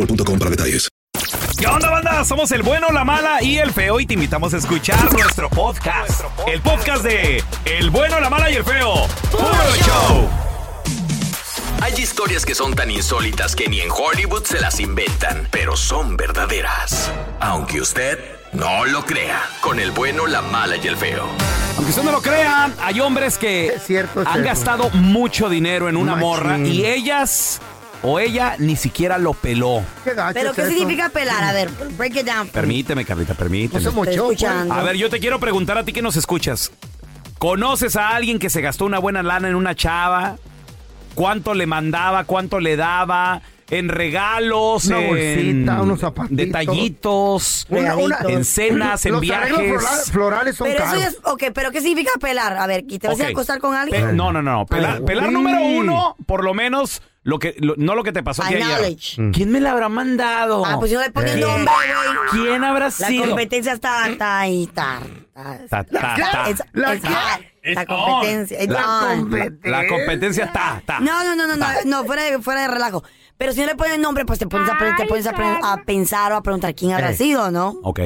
Google.com para detalles. ¿Qué onda, banda? Somos el bueno, la mala y el feo y te invitamos a escuchar nuestro podcast. El podcast de El bueno, la mala y el feo. ¡Puro show! Hay historias que son tan insólitas que ni en Hollywood se las inventan, pero son verdaderas. Aunque usted no lo crea, con el bueno, la mala y el feo. Aunque usted no lo crea, hay hombres que es han cierto. gastado mucho dinero en una Machín. morra y ellas o ella ni siquiera lo peló. ¿Pero qué significa pelar? A ver, break it down. Permíteme, Carlita, Pues permíteme. No se mochó, Estoy escuchando. pues. A ver, yo te quiero preguntar a ti que nos escuchas. ¿Conoces a alguien que se gastó una buena lana en una chava? ¿Cuánto le mandaba? ¿Cuánto le daba? En regalos, Una en bolsita, unos zapatitos. detallitos, Una- una- en cenas, en Los viajes. arreglos flora- florales son Pero eso caros. ya es, ok, pero ¿qué significa pelar? A ver, ¿y te vas Ok. a ir a acostar con alguien? Pe- no, no, no. Pelar, ver. pelar Sí. número uno, por lo menos, lo que, lo- no lo que te pasó a ti My ayer. knowledge. Mm. ¿Quién me la habrá mandado? Ah, pues yo le pongo el Eh. nombre, güey. ¿Quién habrá La sido? competencia está, está ahí, está. Ta, ta, ta. Es- La- es- La competencia. it's La, on. la competencia está, está. No, no, no, no, no, no, fuera de, fuera de relajo. Pero si no le pones nombre, pues te pones a, pre- te pones a, pre- a pensar o a preguntar quién habrá Eh. sido, ¿no? Ok.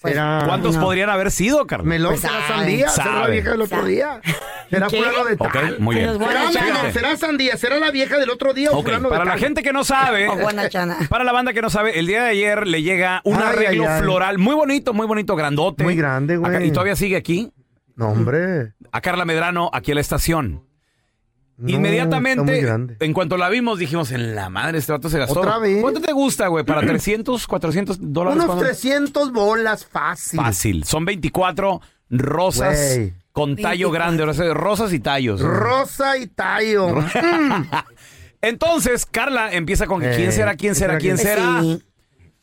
Pues, Será ¿Cuántos no. podrían haber sido, Carlos? melón, Pues será sabe, sandía, será la sabe. vieja del otro Sabe. día. Será ¿Qué? fulano de Ok, tal. muy Se bien. los voy Será, a melón, echar. Fíjate. será sandía, será la vieja del otro día o Ok, fulano de Para la tal. Ah, gente que no sabe, O guanachana. para la banda que no sabe, el día de ayer le llega un Ay, arreglo ay, ay. floral muy bonito, muy bonito, grandote. Muy grande, güey. Acá- Y todavía sigue aquí, No, hombre. a Carla Medrano, aquí en la estación. No, Está muy Inmediatamente, eh, grande. en cuanto la vimos, dijimos, en la madre, este vato se gastó. ¿Otra vez? ¿Cuánto te gusta, güey? ¿Para 300, 400 dólares? Unos ¿Cuánto? 300 bolas fácil. Fácil. Son 24 rosas Güey. con tallo 24. grande, o sea, rosas y tallos. Rosa y tallo. Entonces, Carla empieza con que Eh, quién será, quién será, quién ¿quién será. Sí.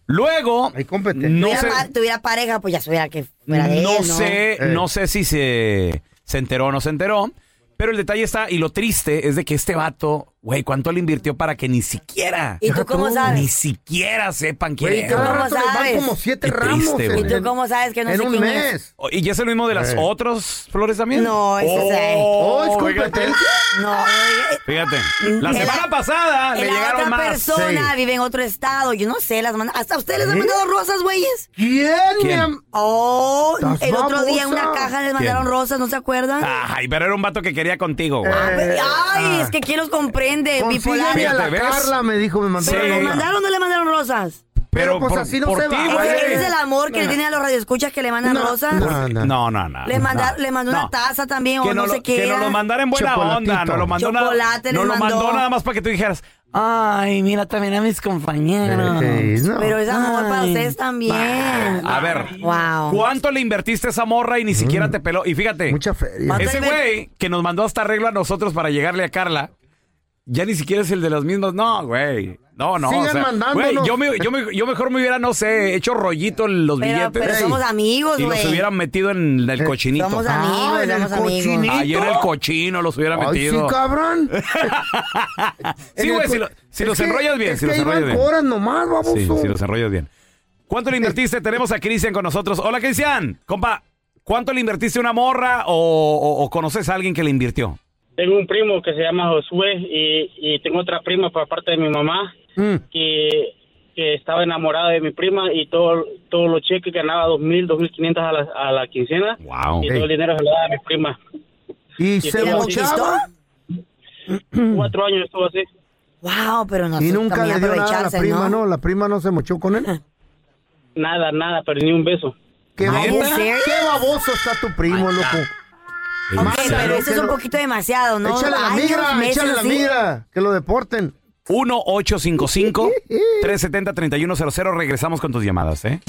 Luego, Hay competencia. no tuviera, sé, pa- tuviera pareja, pues ya supiera que fuera de no él, ¿no? sé, Eh. no sé si se, se enteró o no se enteró, pero el detalle está, y lo triste es de que este vato, güey, ¿cuánto le invirtió para que ni siquiera, ¿Y tú cómo ni sabes? siquiera sepan quién Güey, es? cada ¿cómo rato les van sabes? como siete Qué ramos. triste, en- güey. ¿Y tú cómo sabes que no en sé un quién es? mes. Oh, ¿Y ya es el mismo de las Eh. otros flores también? No, eso sí. Oh, es fíjate. competencia. No, eh, Fíjate, Mm, la que la- semana pasada le la otra llegaron más. persona sí. vive en otro estado. Yo no sé, las manda- Hasta ustedes les han mandado rosas, güeyes. ¿Quién? mi ¿Quién? am- Oh, Estás el otro día en babosa. una caja les mandaron ¿Quién? Ah. rosas, ¿no se acuerdan? Ay, pero era un vato que quería contigo, güey. Eh, Ay, ah. es que quién los comprende, Consígueme a bipolares. la Fíjate, ¿ves? Carla, me dijo, me mandó Sí. la ¿Le nota. mandaron o no le mandaron rosas? Pero, pues, por- así no por se ti, va. güey. Ese es el amor que le tienen a los radioescuchas que le mandan No, rosas. no, no. No, no, no. Le, manda- no, le mandó una no. taza también que o no lo- sé qué. Que era. nos lo mandara en buena Chocolatito. onda. No lo mandó nada. Chocolate No les lo mandó mandó. nada más para que tú dijeras, ay, mira también a mis compañeros. Eh, sí, no. Pero es amor para Ay. ustedes también. A ver, Wow. ¿cuánto le invertiste a esa morra y ni siquiera te peló? Y fíjate, Mm. Mucha feria. Mata- ese güey que nos mandó hasta arreglo a nosotros para llegarle a Carla, ya ni siquiera es el de las mismas. No, güey. No, no. Sigan o sea, mandándonos. güey, yo, me- yo me- yo mejor me hubiera, no sé, hecho rollito en los Pero, billetes. pero somos amigos, y los güey. hubieran metido en el cochinito. Somos Ah, amigos, en el somos amigos. cochinito. Ayer el cochino los hubiera Ay, sí, metido. cabrón. Sí, güey, si, lo- si Es los que- enrollas bien, es si que los ahí van enrollas bien. horas nomás, baboso. Sí, si los enrollas bien. ¿Cuánto le invertiste? Tenemos a Cristian con nosotros. Hola, Cristian. Compa, ¿cuánto le invertiste a una morra o, o- o conoces a alguien que le invirtió? Tengo un primo que se llama Josué y, y tengo otra prima por parte de mi mamá Mm. que que estaba enamorada de mi prima y todo, todos los cheques ganaba 2.000, 2.500 a la, a la quincena. Wow. Y todo el dinero se lo daba a mi prima. ¿Y Sí, se sí, mochaba? Mm. Cuatro años estuvo así. Wow, pero no Y sé, nunca Pues, también le dio nada a la aprovecharse, prima, ¿no? ¿no? La prima no se mochó con él. Nada, nada, pero ni un beso. Qué Are you baboso, serious? qué baboso está tu primo, loco. Ok, Más pero cero, eso es cero. un poquito demasiado, ¿no? Échale la Años, migra, meses, échale la así. migra, que lo deporten. 1-855-370-3100. Regresamos con tus llamadas, ¿eh?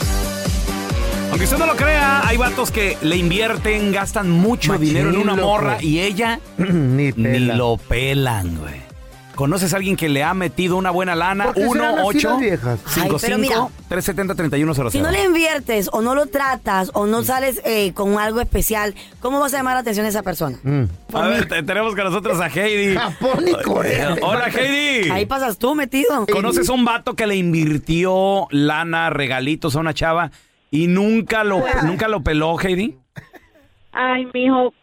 Aunque usted no lo crea, hay vatos que le invierten, gastan mucho Machín, dinero en una loco. morra y ella ni Ni pela. lo pelan, güey. ¿Conoces a alguien que le ha metido una buena lana? ¿Por qué serán así las viejas? Ay, pero mira, 1-855-370-3100. Si no le inviertes o no lo tratas o Mm. no sales eh, con algo especial, ¿cómo vas a llamar la atención a esa persona? Mm. A ver, te- tenemos con nosotros a Heidi. Japónico, eh. Hola, Heidi. Ahí pasas tú, metido. ¿Conoces a un vato que le invirtió lana, regalitos a una chava y nunca lo, nunca lo peló, Heidi? Ay, mijo,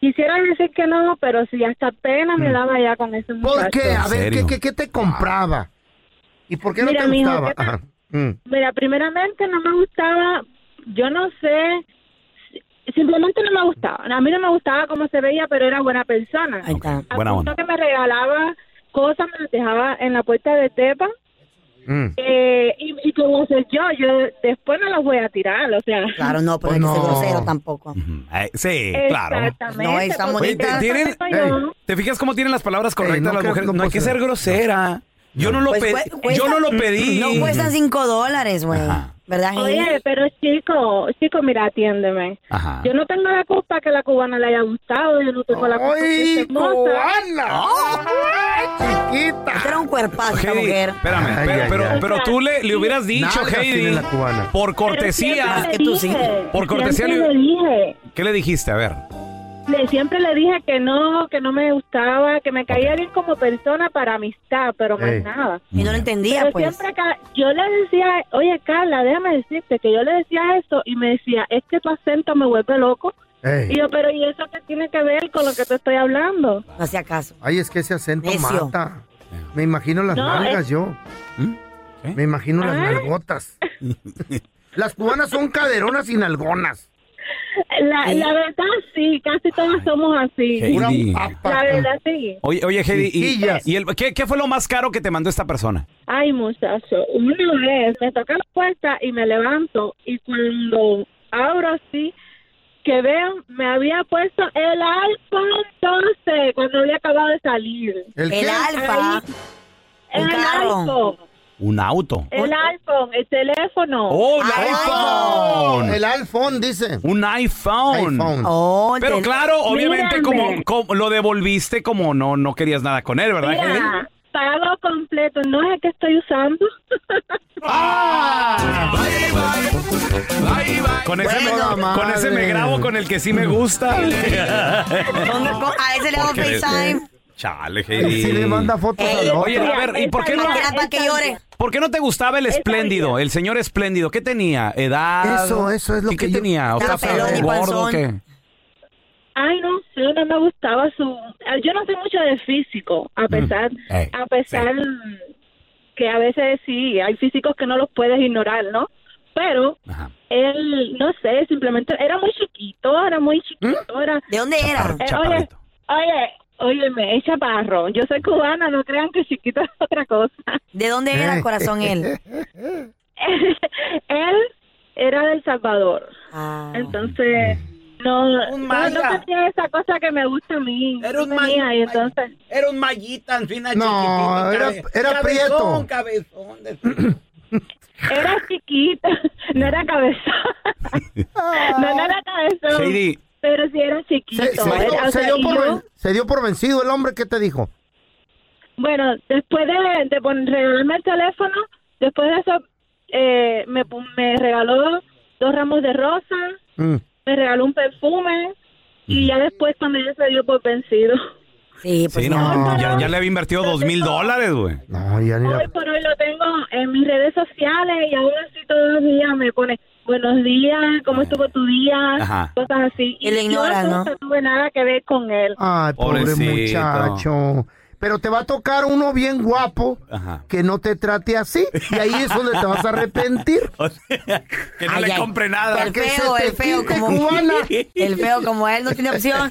quisiera decir que no, pero si hasta pena me daba ya con ese muchacho. ¿Por qué? A ¿En ver, ¿qué, serio? qué, qué te compraba? ¿Y por qué no Mira, te mijo, gustaba? ¿qué tal? Ajá. Mm. Mira, primeramente no me gustaba, yo no sé, si- simplemente no me gustaba. A mí no me gustaba cómo se veía, pero era buena persona. Ahí está. Al Buena punto onda. que me regalaba cosas, me las dejaba en la puerta de Tepa. Mm. Eh, y, y como soy yo, yo después no las voy a tirar, o sea. Claro, no, pero Pues hay que ser no. grosero tampoco. Ujú. Eh, Sí, claro. Exactamente. No, está porque bonita. eso pues, ¿Tienen- soy yo. Ey. ¿Te fijas cómo tienen las palabras correctas Ey, Eh, no las creo- mujeres? no No hay puedo que ser. ser grosera. Yo no lo, Pues, pe- cue- cuesta- yo no lo pedí. No Mm. cuestan 5 dólares, güey. Ajá. ¿Verdad, Heidi? Oye, pero chico, chico, mira, atiéndeme. Ajá. Yo no tengo la culpa que la cubana le haya gustado, yo no tengo la culpa que ¡Ay, esté hermosa. cubana! ¡Ay, chiquita! Era un cuerpazo esta Heidi, mujer. espérame, Ay, pero, ay, pero, ay. pero tú le, le hubieras dicho, Nalgas tiene Heidi, la cubana. por Pero cortesía. siempre le que tú sí. dije, Por cortesía Siempre le- le dije, ¿Qué le dijiste? A ver. le- siempre le dije que no, que no me gustaba, que me caía bien como persona para amistad, pero más Ey. nada. Y no lo Pero entendía, pues. siempre ca- yo le decía, oye Carla, déjame decirte que yo le decía esto y me decía, es que tu acento me vuelve loco. Ey, Y yo, pero ¿y eso qué tiene que ver con lo que te estoy hablando? No hacía caso. Ay, es que ese acento Necio. mata. Me imagino las No, nalgas es- yo. ¿Mm? ¿Eh? Me imagino las Ah. nalgotas. las cubanas son caderonas y nalgonas. La, la verdad sí, casi todos somos así. Heidi. Pura Sí. papa. La verdad sí. Oye, oye Heidi, ¿y, Chiquillas. y el- ¿qué, qué fue lo más caro que te mandó esta persona? Ay, muchacho, una vez me toca la puerta y me levanto y cuando abro así, que veo, me había puesto el iPhone 12 cuando había acabado de salir. ¿El El qué? alfa. Un el carro. iPhone, Un auto. el iPhone, el teléfono. ¡Oh, el Ay, iPhone! El alfón, dice. Un iPhone. iPhone. Oh, Pero te- claro, obviamente Mírame. como, como lo devolviste como no no querías nada con él, ¿verdad, Heidi? Mira, pago completo, no es el que estoy usando. Ah. Con ese, me, Bueno, con ese me madre. grabo con el que sí me gusta. ¿Dónde co- A ese le hago Porque- FaceTime. Chale, Y Heidi. si le manda fotos Ey, al Oye, otro. a ver, ¿y por qué no, Para que- para que Esa- llore. por qué no te gustaba el espléndido, el señor espléndido? ¿Qué tenía? ¿Edad? Eso, eso es lo ¿Qué- que ¿Qué yo- tenía? ¿O Estaba sea, feo, pelón y gordo? panzón. ¿qué? Ay, no sé, no me gustaba su... ah, Yo no sé mucho de físico, a pesar, Mm. ey, a pesar que a veces sí, hay físicos que no los puedes ignorar, ¿no? Pero Ajá. él, no sé, simplemente era muy chiquito, era muy chiquito, era... ¿De dónde era? Chaparro. eh, oye, ¿Mm? Chaparrito. oye, óyeme, es chaparro. Yo soy cubana, no crean que chiquito es otra cosa. ¿De dónde Ah. era, corazón, él? él era del Salvador, Ah. entonces... No, no, no tenía esa cosa que me gusta a mí. Era un y entonces... No, era, era prieto. Era chiquita, no era cabezón. no, no era cabezón. Heidi. Pero sí era chiquito. Se, se Era- o dio, se sea, dio y por yo- ven- se dio por vencido el hombre. ¿Qué te dijo? bueno, después de, de pon- regalarme el teléfono, después de eso eh, me, pu- me regaló dos ramos de rosa, Mm. me regaló un perfume y ya después cuando ya se dio por vencido. Sí, pues Sí, no. no, no. Ya, ya le había invertido dos mil dólares, güey. No, ya ni la... Hoy por hoy lo tengo en mis redes sociales y aún así todos los días me pone buenos días, cómo estuvo tu día, Ajá. cosas así. Y le ignora, yo ¿no? tuve nada que ver con él. Ay, pobre Pobrecito. muchacho. Pero te va a tocar uno bien guapo Ajá. que no te trate así. Y ahí es donde te vas a arrepentir. Que no Ay, le ay. compre nada. El que se feo, te el feo quite, como cubana. El feo como él no tiene opción.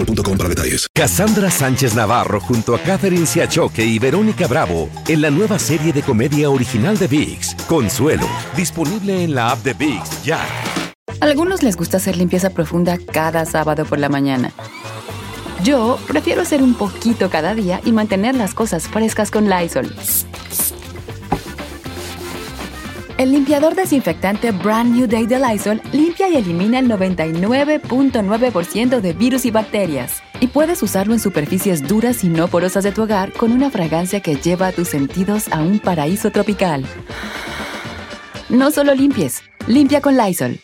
para detalles. Cassandra Sánchez Navarro junto a Catherine Siachoque y Verónica Bravo en la nueva serie de comedia original de VIX, Consuelo, disponible en la app de VIX ya. Algunos les gusta hacer limpieza profunda cada sábado por la mañana. Yo prefiero hacer un poquito cada día y mantener las cosas frescas con Lysol. El limpiador desinfectante Brand New Day de Lysol limpia y elimina el 99.9% de virus y bacterias. Y puedes usarlo en superficies duras y no porosas de tu hogar con una fragancia que lleva a tus sentidos a un paraíso tropical. No solo limpies, limpia con Lysol.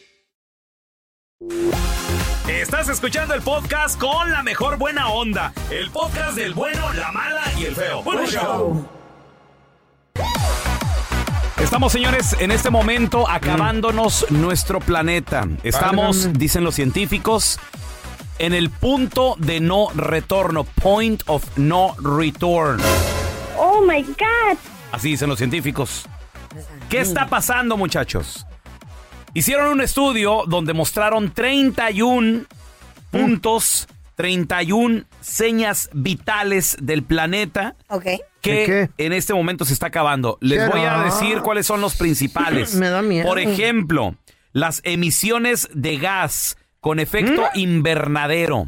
Estás escuchando el podcast con la mejor buena onda. El podcast del bueno, la mala y el feo. Bueno, show. Estamos, señores, en este momento acabándonos nuestro planeta. Estamos, Válgame. dicen los científicos, en el punto de no retorno. Point of no return. Oh my God. Mm. Así dicen los científicos. ¿Qué está pasando, muchachos? Hicieron un estudio donde mostraron 31 puntos, 31 señas vitales del planeta Ok. que en este momento se está acabando. Les voy a ¿Será? decir cuáles son los principales. Me da miedo. Por ejemplo, las emisiones de gas con efecto ¿Mm? invernadero.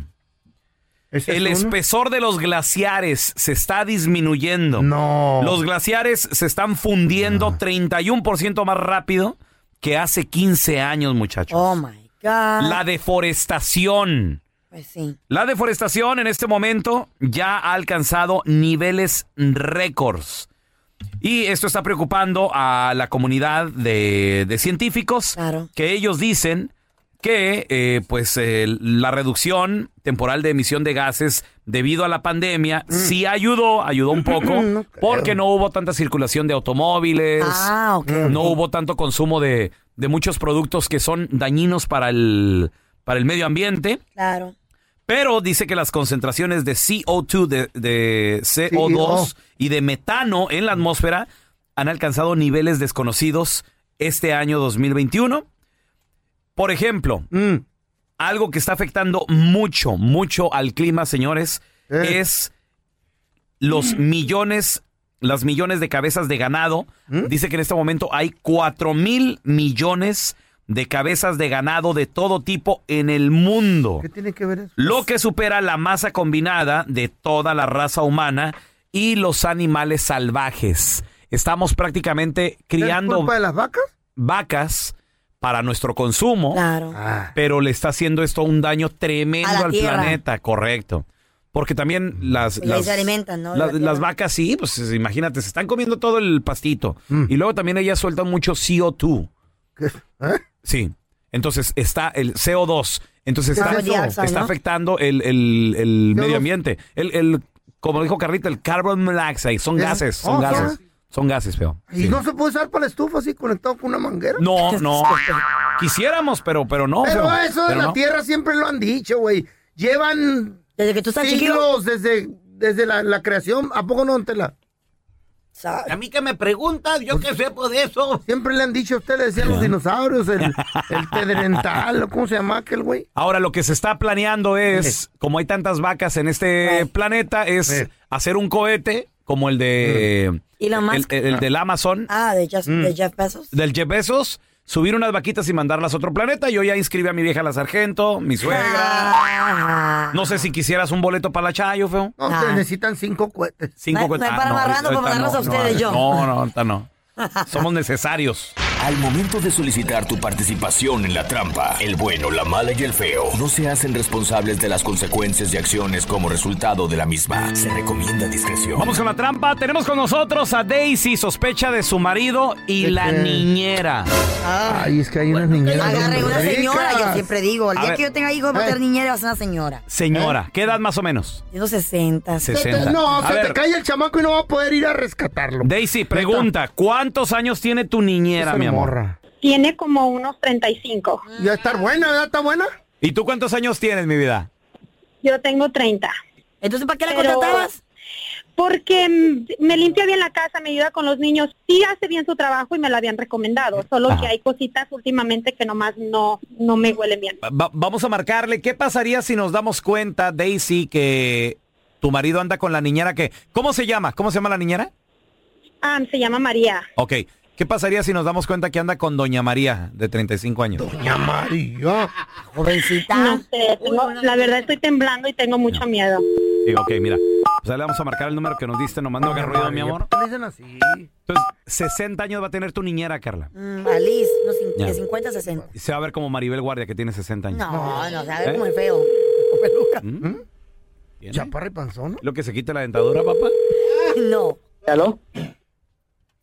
¿Ese es El uno? espesor de los glaciares se está disminuyendo. No. Los glaciares se están fundiendo 31% más rápido que hace 15 años, muchachos. Oh my God. La deforestación. Pues sí. La deforestación en este momento ya ha alcanzado niveles récords. Y esto está preocupando a la comunidad de, de científicos que ellos dicen que eh, pues eh, la reducción temporal de emisión de gases debido a la pandemia sí ayudó, ayudó un poco No porque no hubo tanta circulación de automóviles, Ah, ok, ok. no hubo tanto consumo de, de muchos productos que son dañinos para el, para el medio ambiente. Claro. Pero dice que las concentraciones de CO2, de, de CO2 y de metano en la atmósfera han alcanzado niveles desconocidos este año 2021. Por ejemplo, algo que está afectando mucho, mucho al clima, señores, es los millones, las millones de cabezas de ganado. Dice que en este momento hay 4 mil millones de cabezas de ganado de todo tipo en el mundo ¿Qué tiene que ver eso? lo que supera la masa combinada de toda la raza humana y los animales salvajes. Estamos prácticamente criando culpa de las vacas? vacas para nuestro consumo, pero le está haciendo esto un daño A la tremendo al tierra. planeta, correcto. Porque también las, Y ahí las, se alimentan, ¿no? De la- la tierra. las vacas sí, pues imagínate, se están comiendo todo el pastito. Y luego también ellas sueltan mucho CO2. ¿Eh? Sí. Entonces está el CO2. Entonces ¿Qué está, es eso? está ¿no? afectando el, el- el CO2. medio ambiente. El, el- como dijo Carlita, el carbon monoxide. Son ¿Eso? gases, son Oh, gases. ¿sabes? Son gases, feo. ¿Y no se puede usar para la estufa así conectado con una manguera? No, no. Quisiéramos, pero, pero no. Pero feo. eso de Pero la no. tierra siempre lo han dicho, güey. Llevan. Desde que tú estás siglos, desde, desde la, la creación. ¿A poco no, Tela? A mí que me preguntas, yo que sepo de eso. Siempre le han dicho a usted, le decían los dinosaurios, el, el tedrental, o ¿cómo se llama aquel güey? Ahora lo que se está planeando es, como hay tantas vacas en este planeta, es hacer un cohete como el Mm. de el- Elon Musk. el- el del Amazon Ah, de Jeff, de Jeff Bezos. del Jeff Bezos, subir unas vaquitas y mandarlas a otro planeta. Yo ya inscribí a mi vieja la sargento, mi Ah. suegra. No sé si quisieras un boleto para la Chayo, feo. No, te necesitan cinco cohetes. Cinco cuentas. Ah, no, ahorita- ahorita no, no, No, no, ahorita no. Somos necesarios. Al momento de solicitar tu participación en la trampa, el bueno, la mala y el feo no se hacen responsables de las consecuencias y acciones como resultado de la misma. Se recomienda discreción. Vamos con la trampa. Tenemos con nosotros a Daisy, sospecha de su marido y ¿De la qué? niñera. Ay, es que hay unas niñeras. Agarre una ricas. señora, yo siempre digo. El A día ver. que yo tenga hijos, voy a ser niñera, va a ser una señora. Señora, ¿qué edad más o menos? Tengo 60. 60. ¿Eh? No, A se te ver. cae el chamaco y no va a poder ir a rescatarlo. Daisy, pregunta, ¿cuántos años tiene tu niñera, Esa mi amor? Tiene como unos 35. Ya está buena, ¿verdad? ¿Está buena? ¿Y tú cuántos años tienes, mi vida? Yo tengo 30. Entonces, ¿para qué la contratabas? Porque mm, me limpia bien la casa, me ayuda con los niños, sí hace bien su trabajo y me la habían Mm. recomendado, solo que hay cositas últimamente que nomás no, no me huelen bien. Va- vamos a marcarle. ¿Qué pasaría si nos damos cuenta, Daisy, que tu marido anda con la niñera que... ¿Cómo se llama? ¿Cómo se llama la niñera? Ah, se llama María. Ok. ¿Qué pasaría si nos damos cuenta que anda con Doña María, de 35 años? Doña María. Jovencita. No sé, tengo- la verdad estoy temblando y tengo mucho miedo. Sí, ok, mira. Pues ahí le vamos a marcar el número que nos diste. Nomás no haga ruido, mi amor. Dicen así. Entonces, 60 años va a tener tu niñera, Carla. Mm, Alice, unos cin- Ya. de 50 a 60. Y se va a ver como Maribel Guardia, que tiene 60 años. No, no, se va a ¿Eh? ver como el feo. Con peluca. ¿Tiene? Chaparra y panzón. Lo que se quite la dentadura, papá. Ah. No. ¿Aló?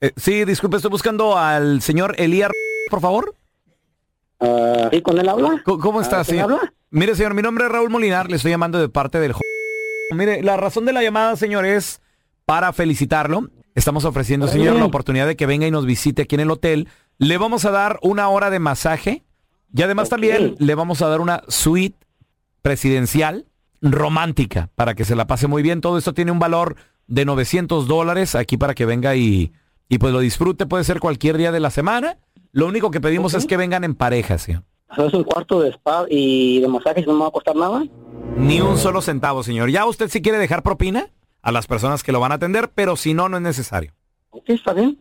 Eh, sí, disculpe, estoy buscando al señor Elías, por favor. ¿Sí, con él habla? ¿Cómo, cómo está, Ah, ¿quién señor? habla? Mire, señor, mi nombre es Raúl Molinar, le estoy llamando de parte del... jo- Mire, la razón de la llamada, señor, es para felicitarlo. Estamos ofreciendo, señor, la oportunidad de que venga y nos visite aquí en el hotel. Le vamos a dar una hora de masaje y además también le vamos a dar una suite presidencial romántica para que se la pase muy bien. Todo esto tiene un valor de 900 dólares aquí para que venga y, y pues lo disfrute. Puede ser cualquier día de la semana. Lo único que pedimos es que vengan en pareja, señor. ¿Es un cuarto de spa y de masajes? ¿No me va a costar nada? Ni un solo centavo, señor. Ya usted si quiere dejar propina a las personas que lo van a atender, pero si no, no es necesario. está bien.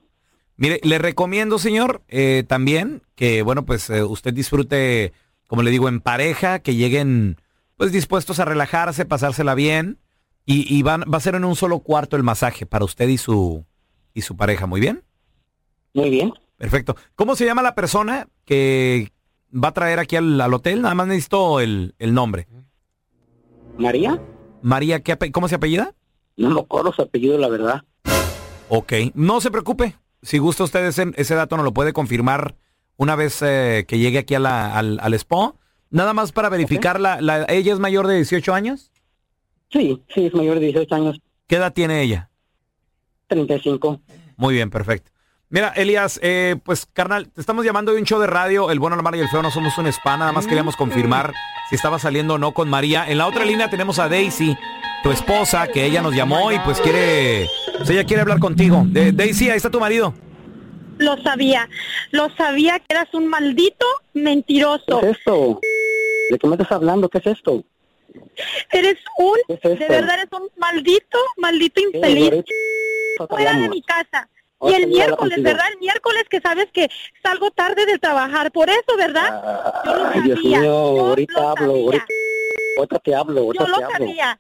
Mire, le recomiendo, señor, eh, también que, bueno, pues eh, usted disfrute, como le digo, en pareja, que lleguen pues dispuestos a relajarse, pasársela bien. Y, y van, va a ser en un solo cuarto el masaje para usted y su, y su pareja. ¿Muy bien? Muy bien. Perfecto. ¿Cómo se llama la persona que va a traer aquí al, al hotel? Nada más necesito el, el nombre. ¿María? María, ¿qué ape- ¿cómo se apellida? No me acuerdo su apellido, la verdad. Ok, no se preocupe. Si gusta usted ese, ese dato, nos lo puede confirmar una vez eh, que llegue aquí a la- al, al spa. Nada más para verificar, la, la- ¿ella es mayor de 18 años? Sí, sí, es mayor de 18 años. ¿Qué edad tiene ella? 35. Muy bien, perfecto. Mira, Elías, eh, pues carnal, te estamos llamando de un show de radio, El Bueno, la Mala y el Feo, no somos un spa, nada más Mm. queríamos confirmar si estaba saliendo o no con María. En la otra línea tenemos a Daisy, tu esposa, que ella nos llamó y pues quiere, pues, ella quiere hablar contigo. De- Daisy, ahí está tu marido. Lo sabía, lo sabía que eras un maldito mentiroso. ¿Qué es esto? ¿De qué me estás hablando? ¿Qué es esto? Eres un, de esto? verdad eres un maldito, maldito infeliz. ahorita Fuera de hablamos. mi casa. Y Ahorita el yo hablo miércoles, contigo. ¿verdad? El miércoles que sabes que salgo tarde de trabajar, por eso, ¿verdad? Yo lo Ah, Ay, Dios sabía, mío, yo ahorita lo hablo, sabía. ahorita, ahorita te hablo, ahorita Yo lo te hablo. sabía.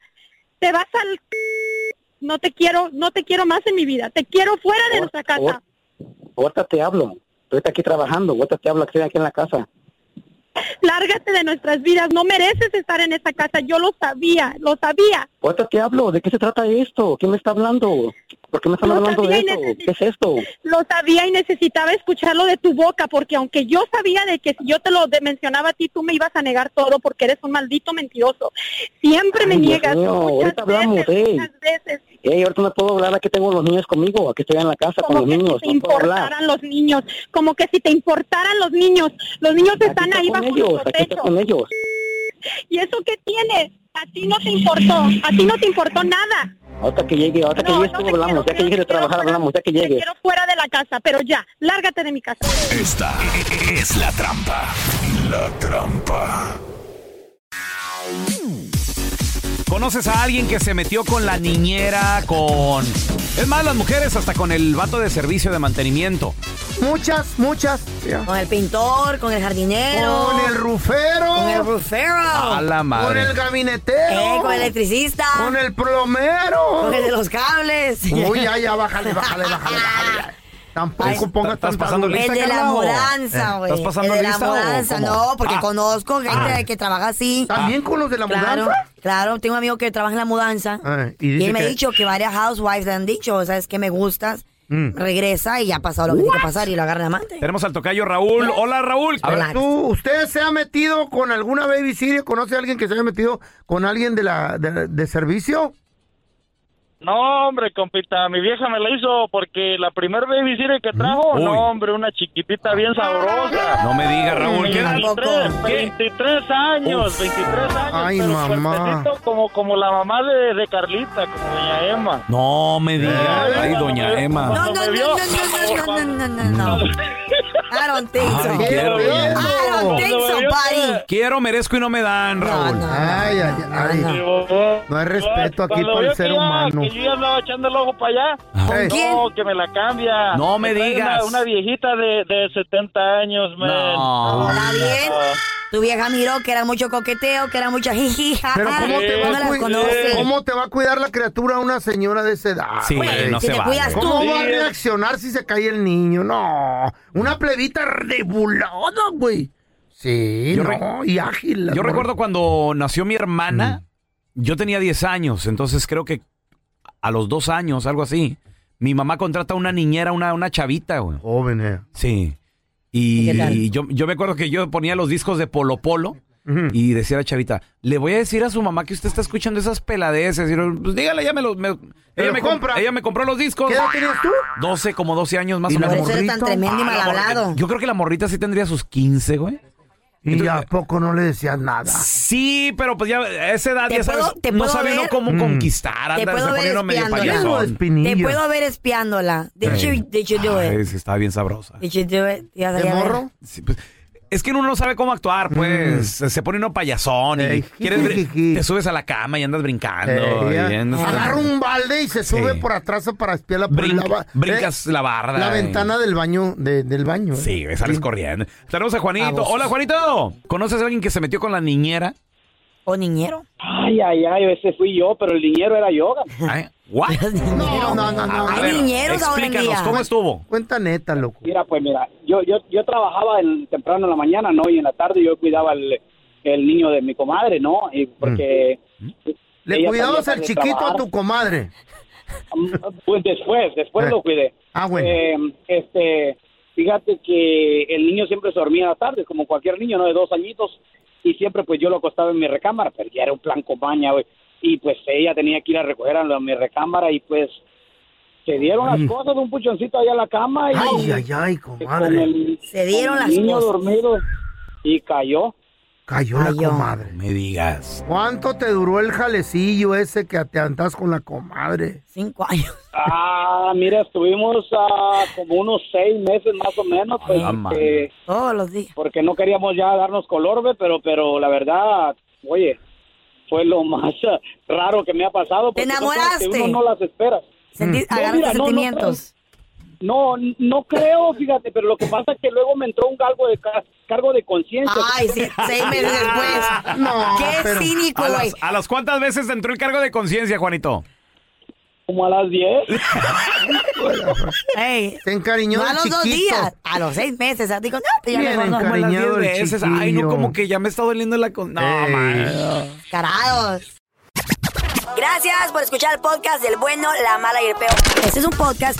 Te vas al no te quiero, no te quiero más en mi vida. Te quiero fuera de nuestra casa. Ahorita te hablo. Ahorita aquí trabajando, ahorita te hablo aquí, aquí en la casa. Lárgate de nuestras vidas. No mereces estar en esta casa. Yo lo sabía, lo sabía. Ahorita te hablo, ¿de qué se trata esto? ¿Quién me está hablando? ¿Por qué me están No hablando de sabía y esto? ¿Qué es esto? Lo sabía y necesitaba escucharlo de tu boca porque aunque yo sabía de que si yo te lo de- mencionaba a ti, tú me ibas a negar todo porque eres un maldito mentiroso. Siempre me Ay, Dios niegas. mío, ahorita hablamos, ey. veces. Ey, ahorita no puedo hablar, aquí tengo los niños conmigo, aquí estoy en la casa con los niños, te no puedo hablar. importaran los niños, como que si te importaran los niños, los niños están ahí Con bajo ellos, nuestro aquí estoy techo. con ellos. ¿Y eso qué tiene? A ti no te importó, a ti no te importó nada. Ahorita que llegue, ahorita que No, llegue no tú te hablamos, ya que llegue de trabajar hablamos, ya que llegue. Quiero fuera de la casa, pero ya, lárgate de mi casa. Esta es la trampa. La trampa. ¿Conoces a alguien que se metió con la niñera, con... Es más, las mujeres hasta con el vato de servicio de mantenimiento. Muchas, muchas. Con el pintor, con el jardinero. Con el rufero. Con el rufero. A la madre. Oh, Con el gabinetero. Eh, con el electricista. Con el plomero. Con el de los cables. Uy, ya, ya, bájale, bájale, bájale. bájale ya. Tampoco pongas estás tanta pasando lista, El de la Carla, o- mudanza, Eh, güey. el de la o mudanza, cómo? no, porque Ah, conozco gente que trabaja así. ¿También con los de la Claro, mudanza? claro, tengo un amigo que trabaja en la mudanza. Ah, y y, dice él me ha que- dicho que varias housewives le han dicho, ¿sabes qué me gustas? Mm. Regresa y ya ha pasado lo que tiene que pasar y lo agarra la mano. Tenemos al tocayo Raúl. Hola, Raúl. A ver, tú, ¿usted se ha metido con alguna babysitter? ¿Conoce a alguien que se haya metido con alguien de la de, de servicio? No, hombre, compita, mi vieja me la hizo porque la primer babysitter que trajo, Uy. no, hombre, una chiquitita bien Ah, sabrosa. No me digas, Raúl. ¿qué- 23, 23 años, 23 años. Ay, pero mamá. suertecito Como, como la mamá de, de Carlita, como doña Emma. No me Eh. digas. Ay, doña No, Emma. no, no, no, no, no, no, no, no, no. I don't think so. Ay, quiero, I don't think so, buddy. Quiero, merezco y no me dan, Raúl. Ay, ay, ay. No hay respeto aquí Cuando para vio el ser que ya- humano. Que yo ya andaba echando el ojo para allá. ¿Con No, que me la cambia. No me trae digas. Una, una viejita de, de 70 años, man. No. Está bien. Ah. Tu vieja miró que era mucho coqueteo, que era mucha jijija. Pero ¿cómo te, va no a las cui- conoce. ¿cómo te va a cuidar la criatura una señora de esa edad? Sí, güey? no Si se te vale. cuidas tú. ¿Cómo va a Sí. reaccionar si se cae el niño? No, una plebita rebulada, güey. Sí, Yo no, re- y ágil. la Yo morra. recuerdo cuando nació mi hermana, yo tenía 10 años, entonces creo que a los dos años, algo así, mi mamá contrata una niñera, una, una chavita, güey. Joven, eh. Sí. Y, y yo, yo me acuerdo que yo ponía los discos de Polo Polo y decía a la chavita, le voy a decir a su mamá que usted está escuchando esas peladeces. Y yo, pues dígale, ella me los... me- ella, los me com- compra. ella me compró los discos. ¿Qué edad tenías tú? 12, como 12 años más ¿Y o la menos. Por eso eres tan morrita? tremendo y Ah, la malhablado. morrita. Yo creo que la morrita sí tendría sus 15, güey. Y a poco no le decías nada. Sí, pero pues ya a esa edad, Te ya sabes, puedo- te no puedo sabe uno ver- cómo Mm. conquistar, Te anda, puedo se ver pone uno medio espiándola. payasón. Te puedo ver espiándola. Did Sí. you, did you do Ay, it? sí, estaba bien sabrosa. Did you do it? Ya sabía ver. Sí, pues, es que uno no sabe cómo actuar, Mm. pues. Se- Se pone uno payasón y quieres br- te subes a la cama y andas brincando. Eh, ya. y andas- Agarra un balde y se sube por atrás para espiarla por Brinca- la, ba- brincas eh, la barda, La eh. ventana del baño, de- del baño. eh. Sí, güey, sales corriendo. Tenemos a Juanito. Babosos. Hola, Juanito. ¿Conoces a alguien que se metió con la niñera? ¿O niñero? Ay, ay, ay, ese fui yo, pero el dinero era yoga. ¿Eh? ¿What? No, no, no, no. A ver, Explícanos, ¿cómo estuvo? Cuenta neta, loco. Mira, pues mira, yo, yo, yo trabajaba el, temprano en la mañana, ¿no? Y en la tarde yo cuidaba el, el niño de mi comadre, ¿no? Y porque... Mm. ¿Le ella cuidabas al salía tarde de chiquito a trabajar. tu comadre? Pues después, después Eh. lo cuidé. Ah, bueno. Eh, este, fíjate que Eh, el niño siempre se dormía en la tarde, como cualquier niño, ¿no? De dos añitos. Y siempre, pues, yo lo acostaba en mi recámara, pero ya era un plan con baña, güey. Y, pues, ella tenía que ir a recoger a, la- mi recámara y, pues, se dieron las Mm. cosas de un puchoncito allá a la cama. Y, Ay, ay, ay, con comadre. el- Se dieron con el las niño cosas. dormido y cayó. Cayó la comadre. Me digas. ¿Cuánto te duró el jalecillo ese que te andas con la comadre? Cinco años. Ah, mira, estuvimos ah, como unos seis meses más o menos, pues, Ah, man. porque, Todos los días. porque no queríamos ya darnos color, ve, pero, pero la verdad, oye, fue lo más ah, raro que me ha pasado. porque son cosas que enamoraste? Uno no las espera. Sentí- No, agarraste mira, no, no, sentimientos. No, no creo, fíjate, pero lo que pasa es que luego me entró un cargo de ca- cargo de conciencia. Ay, sí, seis meses después. Qué cínico, ¿A güey. las, ¿A las cuántas veces entró el cargo de conciencia, Juanito? Como a las 10. Ey, Se encariñó no a de los dos chiquito. días, a los seis meses. Ya Digo, no, pues ya Bien mejor no. Como a las diez encariñado el veces. Ay, no, chiquillo. Eh. como que ya me está doliendo la con... No, Ey. man. Carados. Gracias por escuchar el podcast del bueno, la mala y el peor. Este es un podcast